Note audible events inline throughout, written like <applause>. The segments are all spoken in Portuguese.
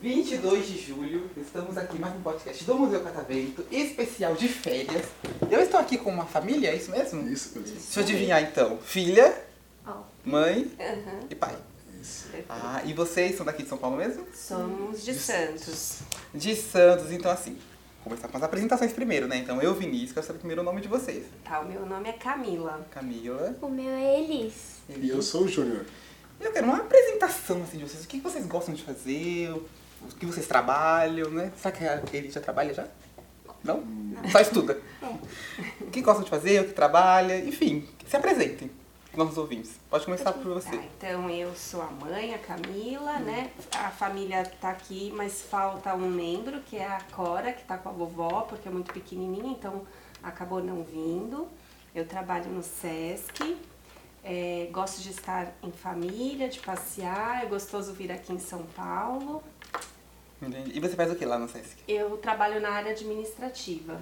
22 de julho, estamos aqui mais um podcast do Museu Catavento, especial de férias. Eu estou aqui com uma família, é isso mesmo? Isso mesmo. Deixa eu adivinhar então. Filha, Ó, mãe aham. e pai. Ah, e vocês são daqui de São Paulo mesmo? Somos de Santos. De Santos, então assim, começar com as apresentações primeiro, né? Então eu, Vinícius, quero saber primeiro o nome de vocês. Tá, o meu nome é Camila. Camila. O meu é Elis. E eu sou o Júnior. Eu quero uma apresentação assim de vocês. O que vocês gostam de fazer? O que vocês trabalham, né? Será que ele já trabalha já? Não? É. Só estuda. O que gostam de fazer, o que trabalha, enfim, se apresentem com nossos ouvintes. Pode começar por você. Hum. Tá, então eu sou a mãe, a Camila, né? A família tá aqui, mas falta um membro, que é a Cora, que tá com a vovó, porque é muito pequenininha, então acabou não vindo. Eu trabalho no SESC. é, gosto de estar em família, de passear, é gostoso vir aqui em São Paulo. Entendi. E você faz o que lá no Sesc? Eu trabalho na área administrativa,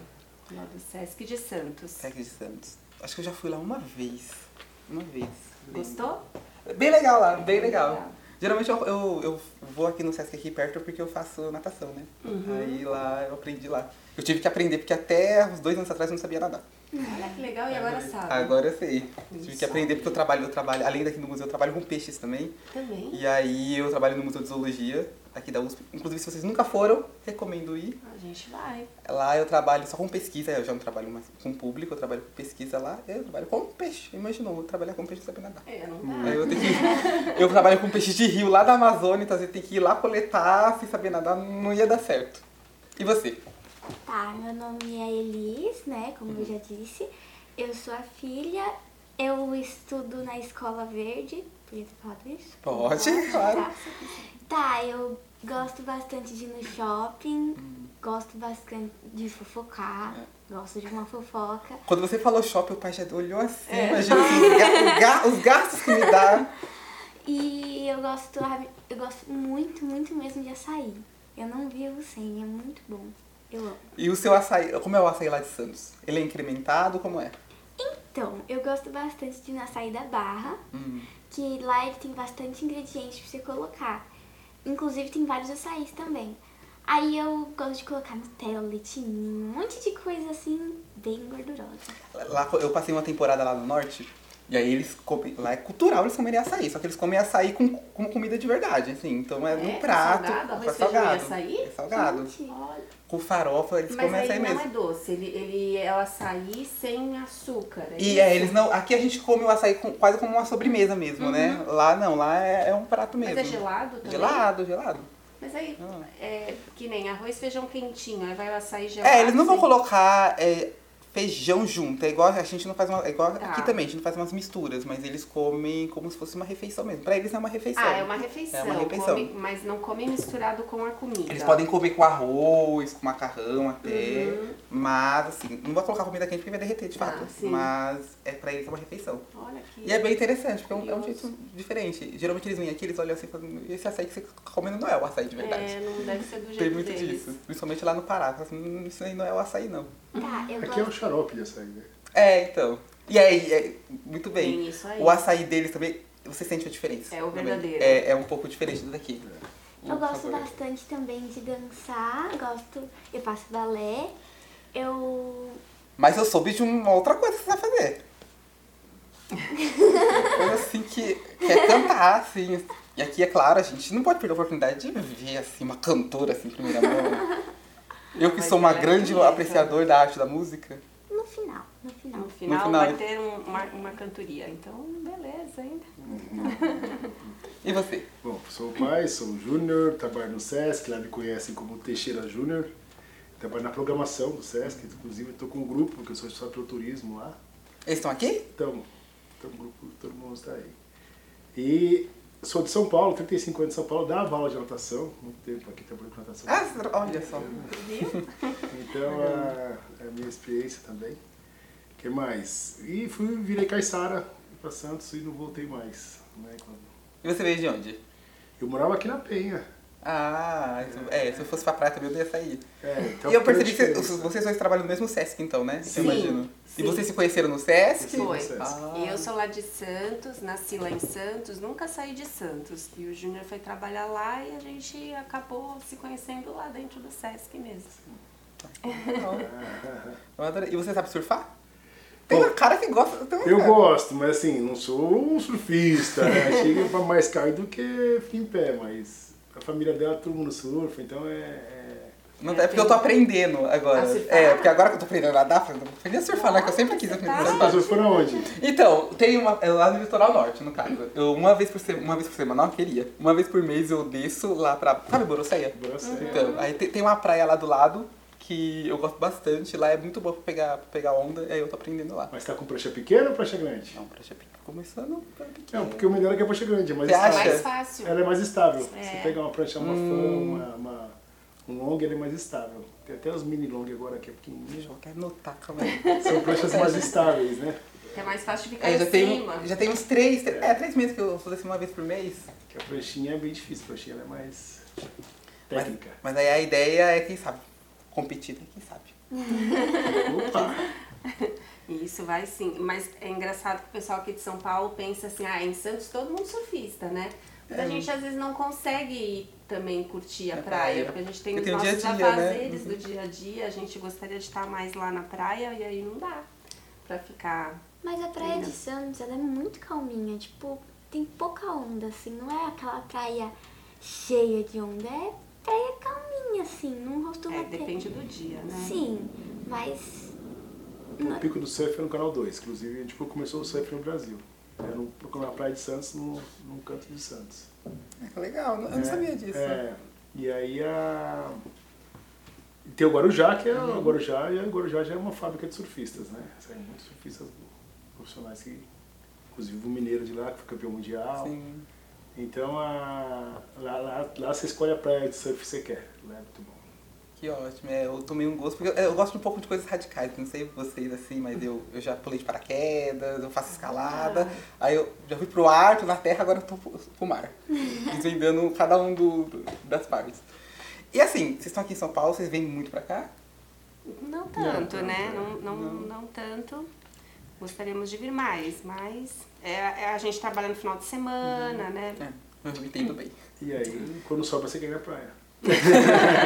lá do SESC de Santos. Sesc de Santos. Acho que eu já fui lá uma vez. Uma vez. Bem- Gostou? Bem legal lá, bem legal. Legal. Geralmente eu, eu, eu vou aqui no Sesc aqui perto porque eu faço natação, né? Aí lá eu aprendi lá. Eu tive que aprender porque até uns dois anos atrás eu não sabia nadar. Olha que legal, e agora sabe. Agora Ah. eu sei. Tive Ah. Isso. que aprender porque eu trabalho, eu trabalho, além daqui no museu, eu trabalho com peixes também. Também. E aí eu trabalho no Museu de Zoologia, aqui da USP. Inclusive, se vocês nunca foram, recomendo ir. A gente vai. Lá eu trabalho só com pesquisa, eu já não trabalho mais com público, eu trabalho com pesquisa lá, eu trabalho com peixe. Imaginou, eu trabalhar com peixe não sabe nadar. É, não Aí dá. eu, tenho que, eu trabalho com peixe de rio lá da Amazônia, então você tem que ir lá coletar, sem saber nadar, não ia dar certo. E você? Tá, meu nome é Elis, né? Como Uhum. eu já disse. Eu sou a filha. Eu estudo na Escola Verde. Podia ter falado isso? Ah, Pode, Ah, claro. Tá, eu gosto bastante de ir no shopping. Uhum. Gosto bastante de fofocar. É. Gosto de uma fofoca. Quando você falou shopping, o pai já olhou assim, É. imagina assim, os, ga- o ga- os gastos que me dá. E eu gosto, eu gosto muito, muito mesmo de açaí. Eu não vivo sem, é muito bom. Eu amo. E o seu açaí, como é o açaí lá de Santos? Ele é incrementado, como é? Então, eu gosto bastante de na saída barra, que lá ele tem bastante ingrediente pra você colocar. Inclusive tem vários açaís também. Aí eu gosto de colocar Nutella, leitinho, um monte de coisa assim, bem gordurosa. Lá, eu passei uma temporada lá no norte, e aí eles comem. Lá é cultural eles comerem açaí, só que eles comem açaí com, com comida de verdade, assim. Então é no É? prato. Salgado? Arroz, é feijão e salgado. açaí? É salgado. Gente, Olha, Com farofa, eles Mas comem aí açaí não mesmo. é doce, ele, ele é o açaí sem açúcar. É E isso? é, eles não. Aqui a gente come o açaí com- quase como uma sobremesa mesmo, né? Lá não, lá é, é um prato Uhum. Mas mesmo. é gelado também? Gelado, gelado. Mas aí, Ah. é que nem arroz, feijão quentinho, aí vai o açaí gelado. É, eles não vão sem- colocar é, feijão junto. É igual a gente não faz uma. É igual Tá. aqui também, a gente não faz umas misturas, mas eles comem como se fosse uma refeição mesmo. Pra eles é uma refeição. Ah, é uma refeição. É uma refeição. come- mas não come misturado com a comida. Eles podem comer com arroz, com macarrão até. Mas, assim, não vou colocar comida quente porque vai derreter de Ah, fato. Uhum. sim. mas é pra eles é uma refeição. Olha que... E é bem interessante, porque é um, é um Curioso. jeito diferente. Geralmente eles vêm aqui, eles olham assim e falam, esse açaí que você come não é o açaí de verdade. É, não deve ser do jeito Tem muito deles. disso. Principalmente lá no Pará. Fala assim, "Hum, isso aí não é o açaí, não. tá, eu Aqui é o gosto. xarope de açaí, né? É, então. E aí, é- muito bem. Tem isso aí. O açaí deles também, você sente a diferença. É o também. verdadeiro. É, é um pouco diferente do daqui. Eu Por gosto favor. bastante também de dançar, gosto, eu faço balé, eu Mas eu soube de uma outra coisa que você vai <laughs> fazer. coisa assim que quer cantar, assim. E aqui, é claro, a gente não pode perder a oportunidade de ver, assim, uma cantora, assim, em primeira mão. Eu que Mas sou uma ela é grande bonita. apreciador da arte da música. no final, no final. No final, final. vai ter um- uma, uma cantoria. Então, beleza, ainda. E você? Bom, sou o pai, sou o Júnior, trabalho no Sesc, lá me conhecem como Teixeira Júnior. Trabalho na programação do Sesc, inclusive estou com um grupo, porque eu sou responsável pelo turismo lá. Eles estão aqui? Então, então o grupo, todo mundo está aí. E sou de São Paulo, 35 anos de São Paulo, dava aula de natação, muito tempo aqui trabalhando com natação. Ah, olha só. Então, a, a minha experiência também. O que mais? E fui, virei caiçara para Santos e não voltei mais. né, quando- E você veio de onde? Eu morava aqui na Penha. Ah, então- é, se eu fosse pra praia também eu não ia sair. É, então e eu percebi tem que diferença. vocês- vocês dois trabalham no mesmo Sesc, então, né? Sim. Eu imagino. E Sim. vocês se conheceram no Sesc? Foi. Ah. E eu sou lá de Santos, nasci lá em Santos, nunca saí de Santos. E o Júnior foi trabalhar lá e a gente acabou se conhecendo lá dentro do Sesc mesmo. Legal. <laughs> Ah, Então, Eu adorei. E você sabe surfar? Tem Bom, uma cara que gosta. Tem uma Eu cara. gosto, mas assim, não sou um <laughs> surfista, né? Chega pra mais cair do que fica em pé, mas a família dela, todo mundo surfa, então é... é- Não, é porque eu tô aprendendo agora. A surfar? É, porque agora que eu tô aprendendo a nadar, eu aprendi a surfar, né? Que eu sempre quis aprender a Tá. Você surfar. tá surfando aonde? Então, tem uma. É lá no litoral norte, no caso. Eu, uma, vez por sema- uma vez por semana, não eu queria. Uma vez por mês eu desço lá pra. Sabe, Borosseia? Boracéia. Então, aí te- tem uma praia lá do lado que eu gosto bastante. Lá é muito boa pra pegar, pra pegar onda, e aí eu tô aprendendo lá. Mas tá com prancha pequena ou prancha grande? Não, prancha pequena. Começando pra pequena. Não, porque o melhor é que a prancha grande, é mais Você estável. acha? Mais fácil. Ela é mais estável. É. Você pegar uma prancha, uma Hum. fã, uma, uma- um long, ele é mais estável. Tem até os mini long agora que é pequenininho. Deixa eu até anotar, calma aí. São pranchas <laughs> mais estáveis, né? É mais fácil de ficar É, em já, tem, cima. já tem uns três, é, três meses que eu sou assim uma vez por mês. Que a pranchinha é bem difícil, a pranchinha ela é mais Mas, técnica. mas aí a ideia é, quem sabe, competir, né? quem sabe. Opa! Isso vai sim. Mas é engraçado que o pessoal aqui de São Paulo pensa assim, ah, em Santos todo mundo surfista, né? Mas É. a gente às vezes não consegue ir também curtir a Na praia, praia. porque a gente tem os É, Porque tem o nossos dia a dia, né? afazeres do dia a dia, a gente gostaria de estar mais lá na praia e aí não dá pra ficar. Mas a praia Ainda. de Santos, ela é muito calminha, tipo, tem pouca onda, assim, não é aquela praia cheia de onda, é praia calminha, assim, não costuma É, ter. depende do dia, né? Sim, mas O pico do surf é no canal 2, inclusive a gente começou o surf no Brasil. Era um- na Praia de Santos, num, num canto de Santos. É, legal, eu não É, sabia disso. É, e aí a. e Tem o Guarujá, que é Uhum. o Guarujá, e o Guarujá já é uma fábrica de surfistas, né? Saem muitos surfistas profissionais que. Inclusive o mineiro de lá, que foi campeão mundial. Sim. Então a, lá, lá, lá você escolhe a praia de surf que você quer. Lá é muito bom. Que ótimo, é, eu tomei um gosto, porque eu, eu gosto um pouco de coisas radicais, não sei vocês assim, mas eu, eu já pulei de paraquedas, eu faço escalada, Ah. aí eu já fui pro ar, tô na terra, agora eu tô pro, pro <laughs> mar. Desvendando cada um do, do- das partes. E assim, vocês estão aqui em São Paulo, vocês vêm muito pra cá? Não tanto, tanto, né? é. Não, não, não. tanto. Gostaríamos de vir mais, mas é, é a gente trabalha no final de semana, né? É, eu me entendo bem. E aí, quando sobra, você quer ir na praia. <laughs>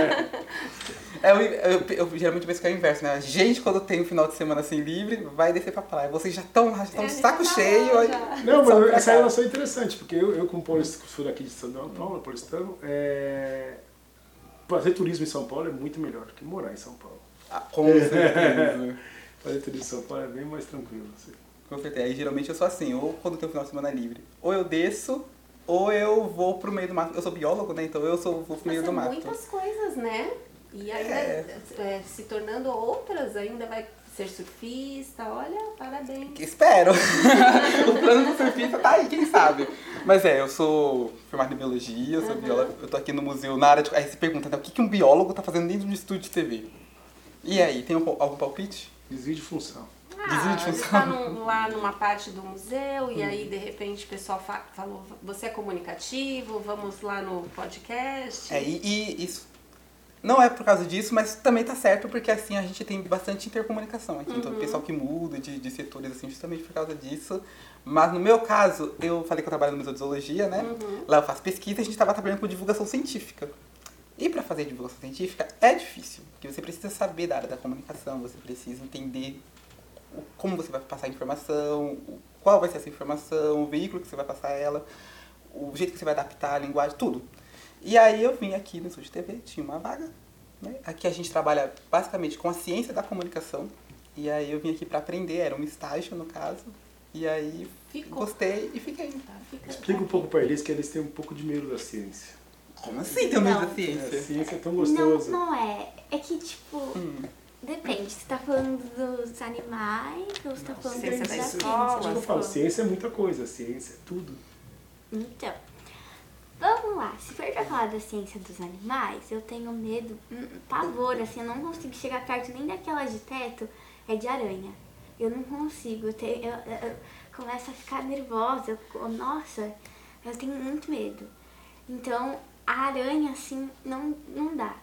É, eu, eu, eu geralmente penso que é o inverso, né? A gente, quando tem um final de semana assim livre, vai descer pra praia. Vocês já estão lá, já estão É, de já saco tá lá, cheio. aí- já. Não, só mas pra essa cá. relação é interessante, porque eu, eu como paulista, que sou daqui de São Paulo, paulistano, é, fazer turismo em São Paulo é muito melhor do que morar em São Paulo. Ah, com certeza. Fazer turismo em São Paulo é bem mais tranquilo. assim. com certeza. Aí geralmente eu sou assim, ou quando tem um final de semana livre, ou eu desço, ou eu vou pro meio do mato. Eu sou biólogo, né? Então eu sou, vou pro meio Mas é do são mato. muitas coisas, né? E ainda É. é, se tornando outras, ainda vai ser surfista, olha, parabéns. Espero. <laughs> o plano do surfista tá aí, quem sabe. Mas é, eu sou formado em biologia, eu sou biólogo, eu tô aqui no museu na área de. Aí se pergunta, né, o que, que um biólogo tá fazendo dentro de um estúdio de TV? E aí, tem algum algum palpite? Desvio de função. Desvio de Ah, você função. tá num- lá numa parte do museu e aí de repente o pessoal fa- falou, você é comunicativo, vamos lá no podcast. É, e, e isso não é por causa disso, mas também tá certo, porque assim a gente tem bastante intercomunicação aqui. Então, o pessoal que muda de, de setores, assim, justamente por causa disso. Mas no meu caso, eu falei que eu trabalho no Museu de Zoologia, né? Lá eu faço pesquisa e a gente tava trabalhando com divulgação científica. E para fazer divulgação científica é difícil, porque você precisa saber da área da comunicação, você precisa entender o- como você vai passar a informação, o- qual vai ser essa informação, o veículo que você vai passar ela, o jeito que você vai adaptar a linguagem, tudo. E aí eu vim aqui no Sul de TV, tinha uma vaga. né? Aqui a gente trabalha basicamente com a ciência da comunicação. E aí eu vim aqui para aprender, era um estágio no caso. E aí Ficou. gostei e fiquei. Tá, fica- Explica um pouco para eles que eles têm um pouco de medo da ciência. Como assim tem o nome da É, a ciência? ciência é tão não, gostosa. não é. É que, tipo, Hum. depende, você tá falando dos animais ou você tá falando ciência é dos é da desafios. escola. Como eu falo, ciência é muita coisa, ciência é tudo. Então, vamos lá. Se for pra falar da ciência dos animais, eu tenho medo, hum, pavor, assim, eu não consigo chegar perto nem daquelas de teto, é de aranha. Eu não consigo, eu, tenho- eu- eu- eu começo a ficar nervosa, eu co- nossa, eu tenho muito medo. Então, a aranha, assim, não, não dá.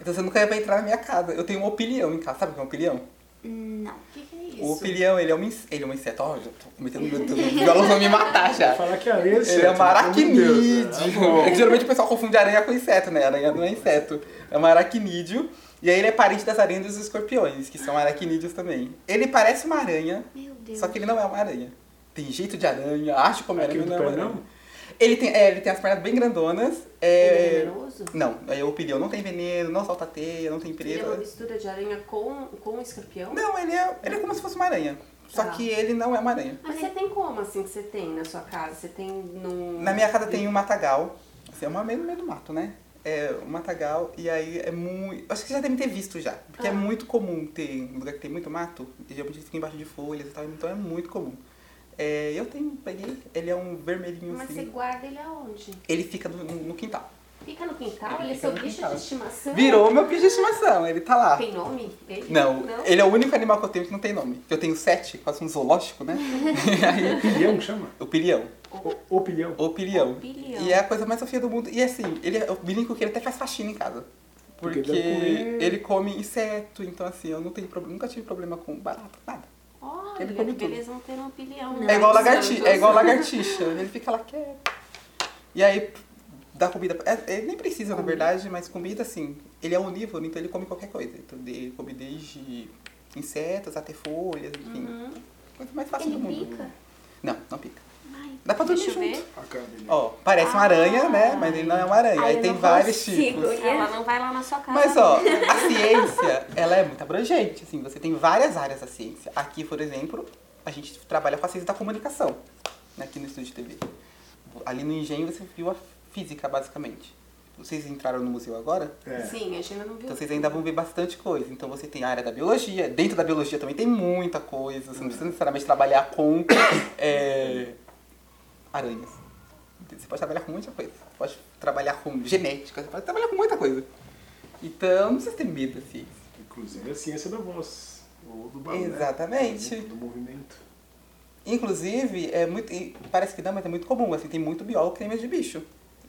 Então você nunca vai entrar na minha casa. Eu tenho um opilião em casa. Sabe o que é um opilião? Não. O que, que é isso? O opilião, ele é um, inse- ele é um inseto. Ó, já tô cometendo... <laughs> O Jonas vai me matar já. Falar que areia é Ele é uma certo, pelo amor de aracnídeo. Deus, né? Tá bom. É que geralmente o pessoal confunde aranha com inseto, né? Aranha não é inseto. É um aracnídeo. E aí ele é parente das aranhas e dos escorpiões, que são aracnídeos também. Ele parece uma aranha, Meu Deus. só que ele não é uma aranha. Tem jeito de aranha, acho como aranha, mas Aquele não do é uma pé, aranha. não? Ele tem, é, ele tem as pernas bem grandonas. É... Ele é venenoso? Não, aí o pneu não tem veneno, não solta teia, não tem Ele é uma presa. mistura de aranha com, com escorpião? Não, ele é, ele é como se fosse uma aranha. Só Tá. que ele não é uma aranha. Mas você tem como assim que você tem na sua casa? Você tem num. Na minha casa tem um matagal. Assim, é uma meio no meio do mato, né? É um matagal e aí é muito. Acho que você já deve ter visto já. Porque é muito comum ter um lugar que tem muito mato. E geralmente fica embaixo de folhas e tal. Então é muito comum. É, eu tenho, peguei. Ele é um vermelhinho Mas você assim. guarda ele aonde? Ele fica no, no- no quintal. Fica no quintal? Ele Ele é fica seu no bicho quintal. de estimação? Virou meu bicho de estimação. Ele tá lá. Tem nome? Ele? Não, ele é o único animal que eu tenho que não tem nome. Eu tenho sete, quase um zoológico, né? E aí, Pilhão que chama? o pirião. O, o pilhão. O pirião. Opilião. E é a coisa mais sofia do mundo. E assim, ele, eu brinco que ele até faz faxina em casa. Porque Porque, ele deve comer. ele come inseto, então assim, eu não tenho problema, nunca tive problema com barata, nada. Olha, Ele come que tudo. beleza não ter um opinião. é igual lagartixa, é igual lagartixa. Ele fica lá quieto. E aí dá comida. pra- é- Ele nem precisa, na verdade, mas comida assim, ele é onívoro, então ele come qualquer coisa. Então ele come desde insetos até folhas, enfim. Uhum. Coisa mais fácil Ele do mundo. né? pica? Não, não pica. Ai. Dá pra dormir Deixa eu junto. ver. A cara dele. Ó, parece uma aranha, né? Mas ele não é uma aranha. Ah. Ai, Aí eu tem não vários consigo. Ah. tipos. Ela não vai lá na sua casa. Mas ó, a ciência, ela é muito abrangente, assim, você tem várias áreas da ciência. Aqui, por exemplo, a gente trabalha com a ciência da comunicação, né, aqui no estúdio de TV. Ali no engenho você viu a física, basicamente. Vocês entraram no museu agora? É. Sim, a Gina não viu. Então vocês ainda vão ver bastante coisa. Então você tem a área da biologia, dentro da biologia também tem muita coisa, você não precisa necessariamente trabalhar com é, aranhas. Você pode trabalhar com muita coisa. Você pode trabalhar com genética, você pode trabalhar com muita coisa. Então não precisa ter medo assim. Inclusive a ciência da voz. Ou do balé. Exatamente. Do movimento. Inclusive, é muito. e Parece que não, mas é muito comum, assim, tem muito biólogo que tem medo de bicho.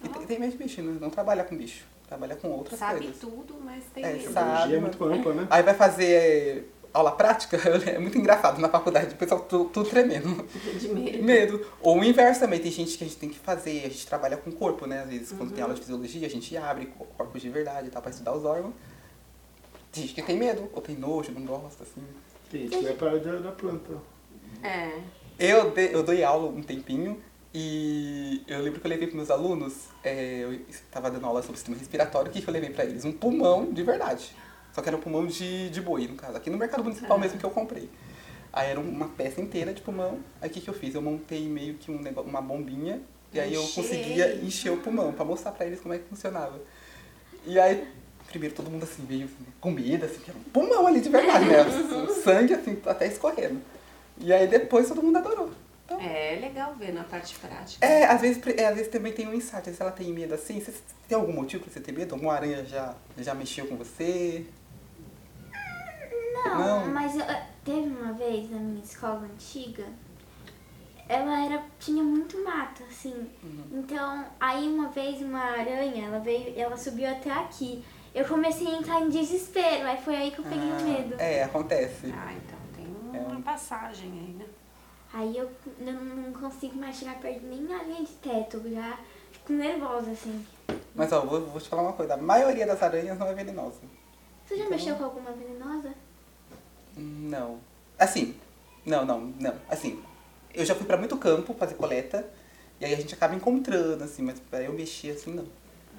E tem, tem medo de bicho, né? não, não trabalha com bicho. Trabalha com outras Sabe coisas. tudo, mas tem É, medo. A sabe. biologia é muito ampla, né? Aí vai fazer aula prática, <laughs> é muito engraçado na faculdade, o pessoal tu- tudo tremendo. <laughs> De medo. Medo. Ou o inverso também, tem gente que a gente tem que fazer, a gente trabalha com o corpo, né? Às vezes quando tem aula de fisiologia, a gente abre co- corpos de verdade e tal, pra estudar os órgãos. Tem gente que tem medo, ou tem nojo, não gosta, assim. Tem gente que vai pra área da, da planta. É. Eu, dei- eu dei aula um tempinho e eu lembro que eu levei para meus alunos, é, eu estava dando aula sobre sistema respiratório, o que, que eu levei para eles? Um pulmão de verdade. Só que era um pulmão de, de boi, no caso, aqui no mercado municipal mesmo que eu comprei. Aí era uma peça inteira de pulmão. Aí o que, que eu fiz? Eu montei meio que um negócio, uma bombinha e aí eu Enchei. conseguia encher o pulmão para mostrar para eles como é que funcionava. E aí, primeiro todo mundo assim, meio com medo, assim, que era um pulmão ali de verdade, né? O sangue, assim, até escorrendo. E aí depois todo mundo adorou. Então, é. É legal ver na parte prática. às vezes, pre- é, às vezes também tem um insight, às vezes ela tem medo assim. Você tem algum motivo pra você ter medo? Alguma aranha já, já mexeu com você? Não, Não. mas eu- eh, teve uma vez na minha escola antiga, ela era tinha muito mato, assim. Uhum. Então, aí uma vez uma aranha, ela veio, ela subiu até aqui. Eu comecei a entrar em desespero, aí foi aí que eu peguei Ah, medo. É, acontece. Ah, então tem É um uma passagem aí, né? Aí eu não, não consigo mais chegar perto de nem a linha de teto, eu já fico nervosa, assim. Mas ó, vou, vou te falar uma coisa, a maioria das aranhas não é venenosa. Você Então já mexeu com alguma venenosa? Não. Assim, não, não, não. Assim, eu já fui pra muito campo fazer coleta, e aí a gente acaba encontrando, assim, mas pra eu mexer assim, não.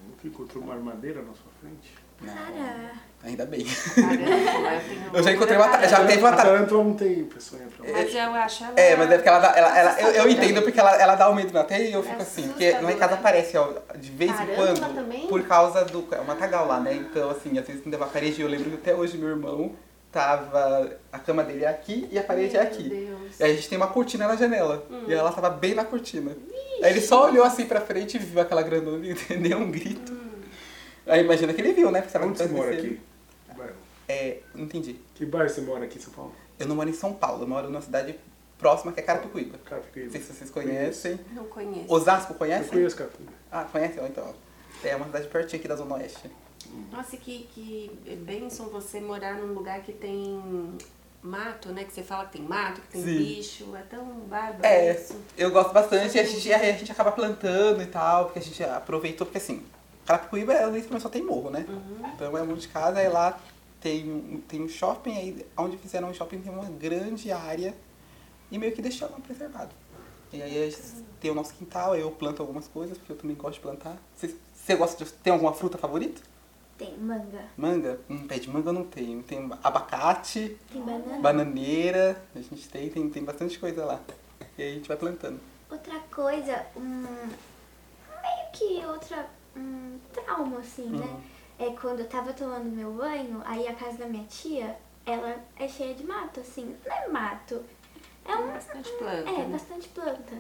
Nunca encontrou uma armadeira na sua frente? Cara, Ainda bem. Caramba, eu, tenho Eu já encontrei uma ta- já A teve uma ta- tarântula não tem pessoa pra lá. Mas eu acho ela... É, mas é porque ela, dá- ela, ela eu, eu entendo porque ela, ela dá o medo até e eu fico assim, porque lá em casa Assustador. aparece ó, de vez em Tarântula quando também? por causa do é um matagal lá, né? Então assim, às vezes não dava parede, eu lembro que até hoje meu irmão tava a cama dele é aqui e a parede é Meu aqui. Deus. Hum. E aí a gente tem uma cortina na janela. E ela tava bem na cortina. Aí ele só olhou assim pra frente e viu aquela grandona <laughs> e deu um grito. Hum. Aí imagina que ele viu, né? Porque sabe Onde que você mora aconteceu. aqui? Que bairro? É, não entendi. Que bairro você mora aqui em São Paulo? Eu não moro em São Paulo, eu moro numa cidade próxima que é Carapicuíba. Carapicuíba. Não sei se vocês conhecem. Não conheço. Osasco Eu conhece? conheço Carapicuíba. Ah, conhece? Ó, Então. É uma cidade pertinho aqui da Zona Oeste. Nossa, que, que benção você morar num lugar que tem mato, né? Que você fala que tem mato, que tem Sim. bicho. É tão bárbaro É, isso. eu gosto bastante. A gente, a gente acaba plantando e tal, porque a gente aproveitou, porque assim, Carapicuíba é ali também só tem morro, né? Uhum. Então é um monte de casa, aí lá tem, um- tem um shopping, aí onde fizeram um shopping tem uma grande área e meio que deixaram preservado. E aí a gente tem o nosso quintal, aí eu planto algumas coisas, porque eu também gosto de plantar. Você- Você gosta de. Tem alguma fruta favorita? Tem manga, Manga? Hum, pé de manga eu não tenho. Tem abacate. tem banana. Bananeira, a gente tem, tem, tem bastante coisa lá. E aí a gente vai plantando. Outra coisa, um, meio que outra um trauma, assim, Uhum. né? É quando eu tava tomando meu banho, aí a casa da minha tia, ela é cheia de mato, assim, não é mato. É um, Bastante planta, É, né? bastante planta.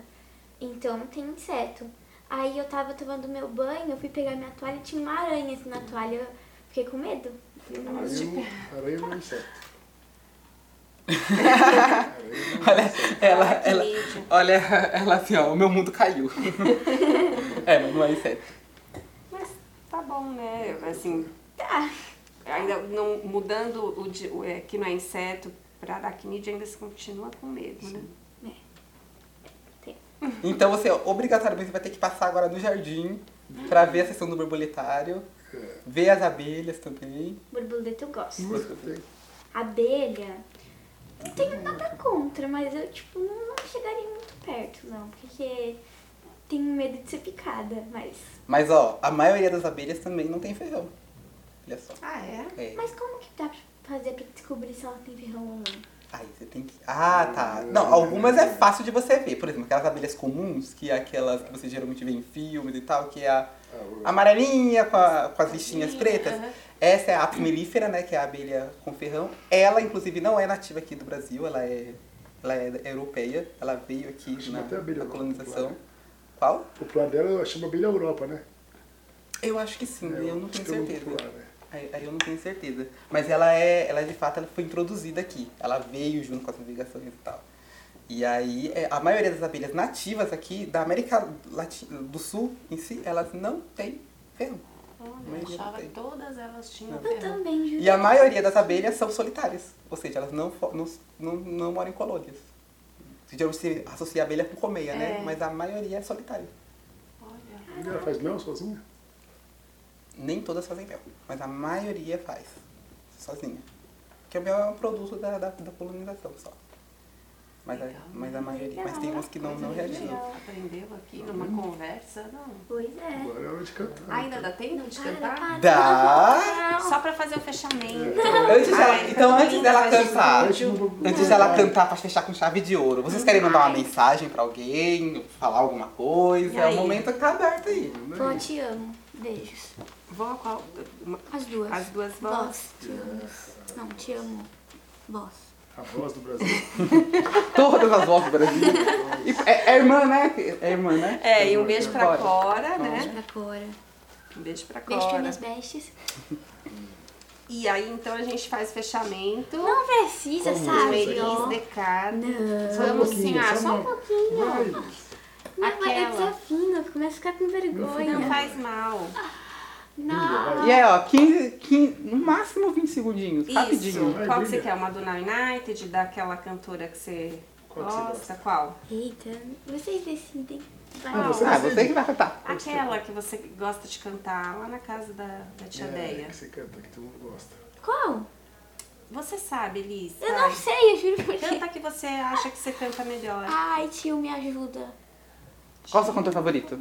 Então tem inseto. Aí eu tava tomando meu banho, eu fui pegar minha toalha e tinha uma aranha assim, na toalha. Eu fiquei com medo. Aranha não- aranha não é inseto. Hum. Olha, ela, Ah, que ela, lindo. olha, ela assim, ó, o meu mundo caiu. é, mas não é isso, é. Mas tá bom, né? Assim, Tá. ainda não mudando o, de- o, é, que não é inseto pra aracnídeo, ainda se continua com medo, né? Então você, obrigatoriamente, vai ter que passar agora no jardim pra ver a sessão do borboletário, É. ver as abelhas também. Borboleta eu gosto. Música tem. Abelha, não tenho nada contra, mas eu, tipo, não não chegaria muito perto, não. Porque tenho medo de ser picada, mas... Mas ó, a maioria das abelhas também não tem ferrão. Olha só. Ah, é? É. Mas como que dá pra fazer pra descobrir se ela tem ferrão ou não? Aí você tem que. Ah, tá. Não, algumas é fácil de você ver. Por exemplo, aquelas abelhas comuns, que é aquelas que você geralmente vê em filmes e tal, que é Ah, a amarelinha com, a- com as listinhas pretas. Aham. Essa é a Apis mellifera, né, que é a abelha com ferrão. Ela, inclusive, não é nativa aqui do Brasil, ela é, ela é europeia. Ela veio aqui Acho que na, até abelha na não, colonização. claro. Qual? O plano dela chama Bilha Europa, né? Eu acho que sim, eu não acho tenho que É, eu certeza. vou pular, né? Aí, aí eu não tenho certeza. Mas ela é, ela de fato ela foi introduzida aqui. Ela veio junto com as navegações e tal. E aí, é, a maioria das abelhas nativas aqui da América Latina, do Sul em si, elas não têm ferro. Olha, Mas eu achava não que tem. todas elas tinham Eu ferrão. também, juro. E a maioria das abelhas são solitárias. Ou seja, elas não, fo- não, não, não moram em colônias. Geralmente se associa a abelha com colmeia, né? É. Mas a maioria é solitária. Olha. Ela faz mel sozinha? Nem todas fazem mel, mas a maioria faz, sozinha. Porque o mel é um produto da, da, da colonização só. Mas a, Legal. mas a maioria. Mas tem umas que não, Coisa não legal. reagiram. Aprendeu aqui numa conversa, não. Pois é. Agora é hora de cantar. Ainda dá tempo de Para, cantar? para, Dá! não. Só pra fazer o fechamento. Antes dela- Ai, então, tá antes lindo, dela mas gente, cantar. Antes não vou- Antes dela cantar pra fechar com chave de ouro, vocês querem mandar uma mensagem pra alguém, falar alguma E coisa? O aí? momento que tá aberto aí. Vó, te amo. Beijos. Vó, qual? uma- As duas. As duas vós. Vós, te amo. Não, te amo. Vós. A voz do Brasil. Todas as vozes do Brasil. E- É, é irmã, né? É irmã, né? É, e um beijo pra Bora. Cora, né? Pra Cora. Um beijo pra Beijo pra Cora. minhas bestes. E aí, então, a gente faz fechamento. Não precisa, Como sabe? Feliz ó. decado. Não. Só um Vamos pouquinho, sim, ah, só só uma- um pouquinho. Vai, Não, vai, eu Aquela. desafino, eu começo a ficar com vergonha. Não faz mal. Não. E é, ó, 15, 15, no máximo 20 segundinhos, rapidinho. Isso. Qual que você Maravilha. quer? Uma do Now United, daquela cantora que você Qual que você gosta? Qual? Eita, vocês decidem. Vai. Ah, você- Ah, você que vai cantar. Aquela que você gosta de cantar lá na casa da, da tia Deia. É, que você canta, que todo mundo gosta. Qual? Você sabe, Liz? Eu vai. não sei, Ah. eu juro por quê. Canta que você acha que você canta melhor. Ai, tio, me ajuda. Qual é o seu cantor favorito?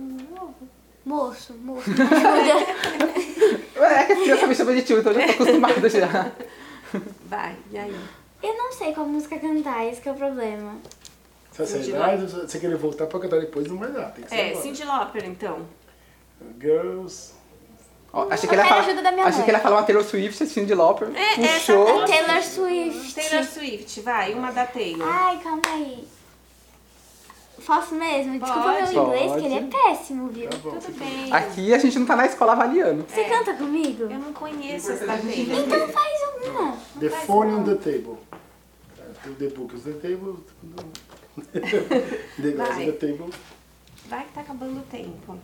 Moço, moço, me <laughs> ajuda. É que a criança me chama de tio, então eu já tô acostumada já. Vai, e aí? eu não sei qual música cantar, esse que é o problema. Se essa Cindy idade, se você querer voltar pra cantar depois, não vai dar. Tem que ser É, agora. Cindy Lauper, então. Girls. Ó, achei que Eu ele ia quero falar, ajuda da minha achei mãe. que ele ia falar uma Taylor Swift, Cindy Lauper, Um puxou. É Taylor Swift. Taylor Swift, vai, uma da Taylor. Ai, calma aí. Posso mesmo? Desculpa Pode. meu inglês, que Pode. ele é péssimo, viu? Tá bom. Tudo bem. Aqui a gente não tá na escola avaliando. Você canta comigo? É. Eu não conheço é essa da Taylor. Então faz alguma. The phone on the table. Ah, Tem o The book on the table. <laughs> the glass on Vai. the table. Vai que tá acabando o tempo.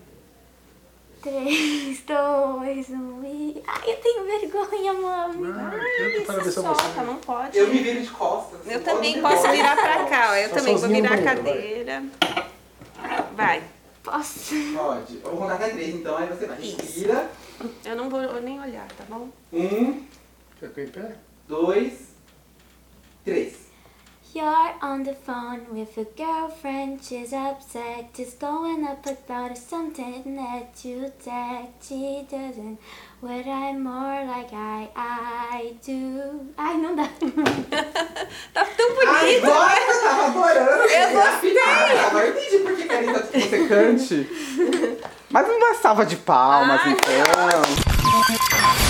Três, dois, um e. Ai, eu tenho vergonha, mami. Ah, Ai, você solta, não pode. Eu me viro de costas. Eu também posso virar pra cá, ó. Eu Tá também vou sozinho virar a no banheiro, vai. cadeira. Vai. Posso? Pode. Eu vou contar até três, então. Aí você vai. Isso. Respira. Eu não vou nem olhar, tá bom? Um, Ficou em pé? dois, três. You're on the phone with your girlfriend. She's upset. Just going up about something that you text. She doesn't. What I more like I, I do. Ai, não dá. Tá tão Ai, bonito. Agora eu tava adorando. Ah, Eu gostei. Agora eu entendi por que que a Karina tá você cante. Mas uma salva de palmas, Ai. então.